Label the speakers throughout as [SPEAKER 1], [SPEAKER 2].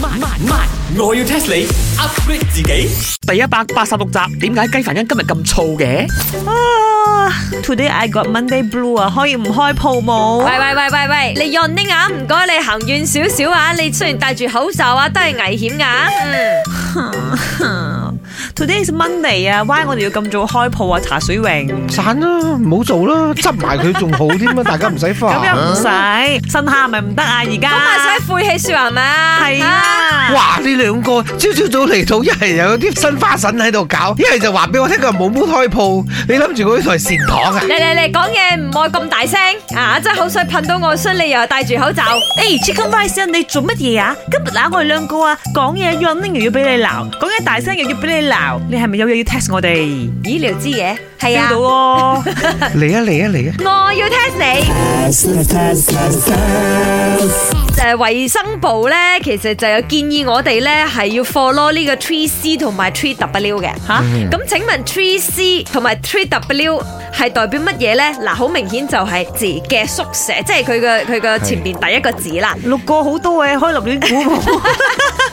[SPEAKER 1] 慢慢慢，我要 test 你 upgrade 自己。
[SPEAKER 2] 第一百八十六集，點解雞凡欣今日咁燥嘅？
[SPEAKER 3] 啊，Today Ah, I got Monday Blue 啊，可以唔開鋪
[SPEAKER 4] 喂
[SPEAKER 3] 冇？
[SPEAKER 4] 喂喂喂喂，你潤啲眼，唔該你行遠少少啊！你雖然戴住口罩啊，都係危險噶。嗯，
[SPEAKER 3] Today is Monday 啊，why 我哋要咁早開鋪啊？茶水榮。
[SPEAKER 5] 散啦，唔好做啦，執埋佢仲好添啊！大家唔使煩。
[SPEAKER 3] 咁又唔使，呻下咪唔得啊！而家
[SPEAKER 4] 咁咪使晦氣說話咩？
[SPEAKER 3] 係
[SPEAKER 4] 啊，
[SPEAKER 3] 啊，
[SPEAKER 5] 哇！呢兩個朝朝早嚟到，一係又有啲新花神喺度搞，一係就話俾我聽佢冇冇開鋪。你諗住嗰台善堂啊？
[SPEAKER 4] 嚟嚟嚟，講嘢唔愛咁大聲啊！真係口水噴到我衰，你又戴住口罩。
[SPEAKER 3] 誒 Chicken Rice 啊你做乜嘢啊？今日啊，我哋兩個啊，講嘢 running 又要俾你鬧，講嘢大聲又要俾你鬧，你係咪有嘢要 test 我哋？
[SPEAKER 4] 醫療之嘢係
[SPEAKER 3] 聽
[SPEAKER 4] 啊
[SPEAKER 3] 到，咯，
[SPEAKER 5] 嚟啊嚟啊嚟啊！
[SPEAKER 4] 我要 test 你。誒，衛生部咧，其實就有建議我哋咧係要 follow 呢個 Three C 同埋 Three W 嘅。
[SPEAKER 3] 吓
[SPEAKER 4] 咁請問 Three C 同埋 Three W 係代表乜嘢呢？嗱，好明顯就係字嘅縮寫，即係佢嘅佢嘅前邊第一個字啦。
[SPEAKER 3] 六個好多嘅，開立亂 估，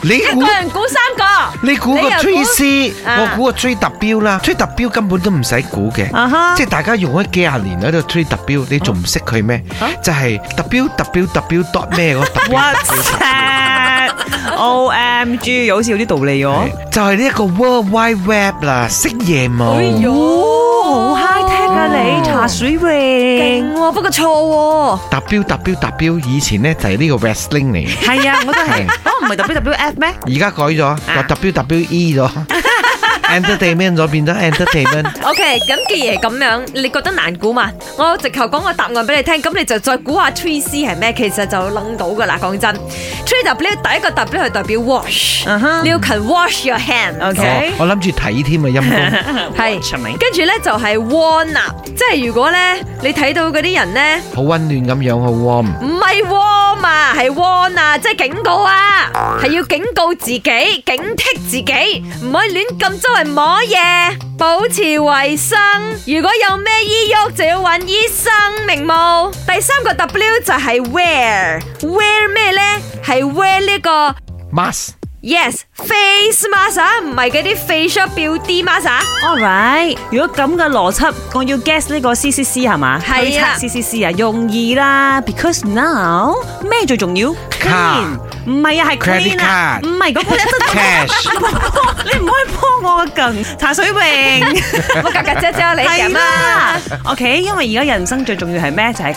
[SPEAKER 5] 你
[SPEAKER 4] 一
[SPEAKER 5] 估
[SPEAKER 4] 個人估三個，
[SPEAKER 5] 你估個
[SPEAKER 4] 又
[SPEAKER 5] Tree C，
[SPEAKER 4] 啊
[SPEAKER 5] 我估個 Tree W 啦，Tree W 根本都唔使估嘅
[SPEAKER 3] 啊哈，
[SPEAKER 5] 即係大家用咗幾廿年喺度 Tree W，你仲唔識佢咩？就係 W W W dot 咩嗰個 W。
[SPEAKER 3] what that？O M G，好似有啲道理哦。
[SPEAKER 5] 就係呢一個 World Wide Web 啦，識夜冇。
[SPEAKER 3] 哦，好 high tech 啊你，茶水榮。
[SPEAKER 4] 勁喎，不過錯喎。
[SPEAKER 5] W W W 以前咧就係呢個 wrestling 嚟嘅，
[SPEAKER 3] 係啊，我都係
[SPEAKER 5] 係，
[SPEAKER 3] 我唔係 W W F 咩？
[SPEAKER 5] 而家改咗話 W W E 咗，entertainment 咗變咗 entertainment。
[SPEAKER 4] OK，咁既然係咁樣，你覺得難估嘛？我直頭講個答案俾你聽，咁你就再估下 Three C 係咩？其實就諗到噶啦，講真。Three W 第一個 W 係代表 wash，
[SPEAKER 3] 嗯哼
[SPEAKER 4] 你要勤 wash your hand。
[SPEAKER 3] OK
[SPEAKER 5] 我我諗住睇添啊，陰公。
[SPEAKER 4] 係
[SPEAKER 3] 出名，
[SPEAKER 4] 跟住咧就係 warm up，即係如果咧你睇到嗰啲人咧
[SPEAKER 5] 好溫暖咁樣，好 warm。
[SPEAKER 4] 唔係 warm 啊，係 warn 啊，即係警告啊，係要警告自己，警惕自己，唔可以亂咁周圍摸嘢，保持衛生。如果有咩醫郁就要揾醫生，明冇？第三個 W 就係 wear，wear 咩呢？係 wear 呢個
[SPEAKER 5] Mask
[SPEAKER 4] yes face mask，啊唔係嗰啲 facial beauty mask 啊。
[SPEAKER 3] Alright，如果咁嘅邏輯，我要 guess 呢個 CCC 係嘛？
[SPEAKER 4] 係啊
[SPEAKER 3] 推測 CCC 啊，容易啦，because now 咩最重要
[SPEAKER 5] Car
[SPEAKER 3] 唔係啊，係
[SPEAKER 5] Credit
[SPEAKER 3] à, clean 啊，
[SPEAKER 5] card
[SPEAKER 3] 唔係嗰個
[SPEAKER 5] cash
[SPEAKER 3] 你唔可以幫我嘅勁，茶水榮
[SPEAKER 4] 我格格姐姐你
[SPEAKER 3] 係
[SPEAKER 4] 咁啊
[SPEAKER 3] 啦。OK，因為而家人生最重要係咩？就係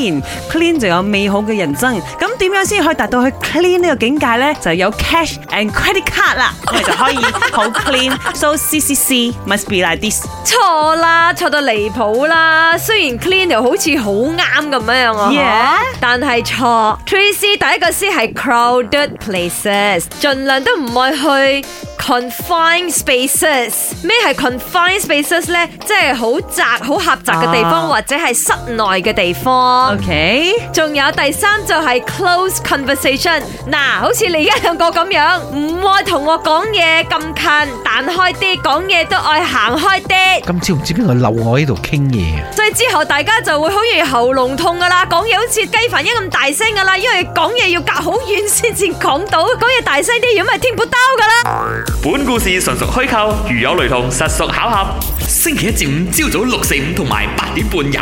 [SPEAKER 3] clean，clean 就有美好嘅人生。咁點樣先可以達到去 clean 呢個境界咧？就有 cash and credit card 啦，我哋就可以好 clean。So CCC must be like this。
[SPEAKER 4] 錯啦，錯到離譜啦！雖然 clean 又好似好啱咁樣樣啊
[SPEAKER 3] Yeah
[SPEAKER 4] 嗬但係錯。Three C 第一個 C 係 crowded places，盡量都唔愛去 confined spaces。咩係 confined spaces 呢？即係好窄、好狹窄嘅地方，
[SPEAKER 3] 啊
[SPEAKER 4] 或者係室內嘅地方。
[SPEAKER 3] OK，
[SPEAKER 4] 仲有第三就係 close conversation，嗱，好似你而家兩個咁樣，唔愛同我講嘢咁近，彈開啲，講嘢都愛行開啲。
[SPEAKER 5] 今朝唔知邊個漏我喺度傾嘢啊！
[SPEAKER 4] 所以之後大家就會好容易喉嚨痛噶啦，講嘢好似雞凡一咁大聲噶啦，因為講嘢要隔好遠先至講到，講嘢大聲啲，如果唔係聽不到噶啦。
[SPEAKER 1] 本故事純屬虛構，如有雷同，實屬巧合。星期一至五朝早六四五同埋八點半有。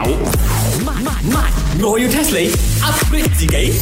[SPEAKER 1] 慢慢慢，我要 test 你 upgrade 自己。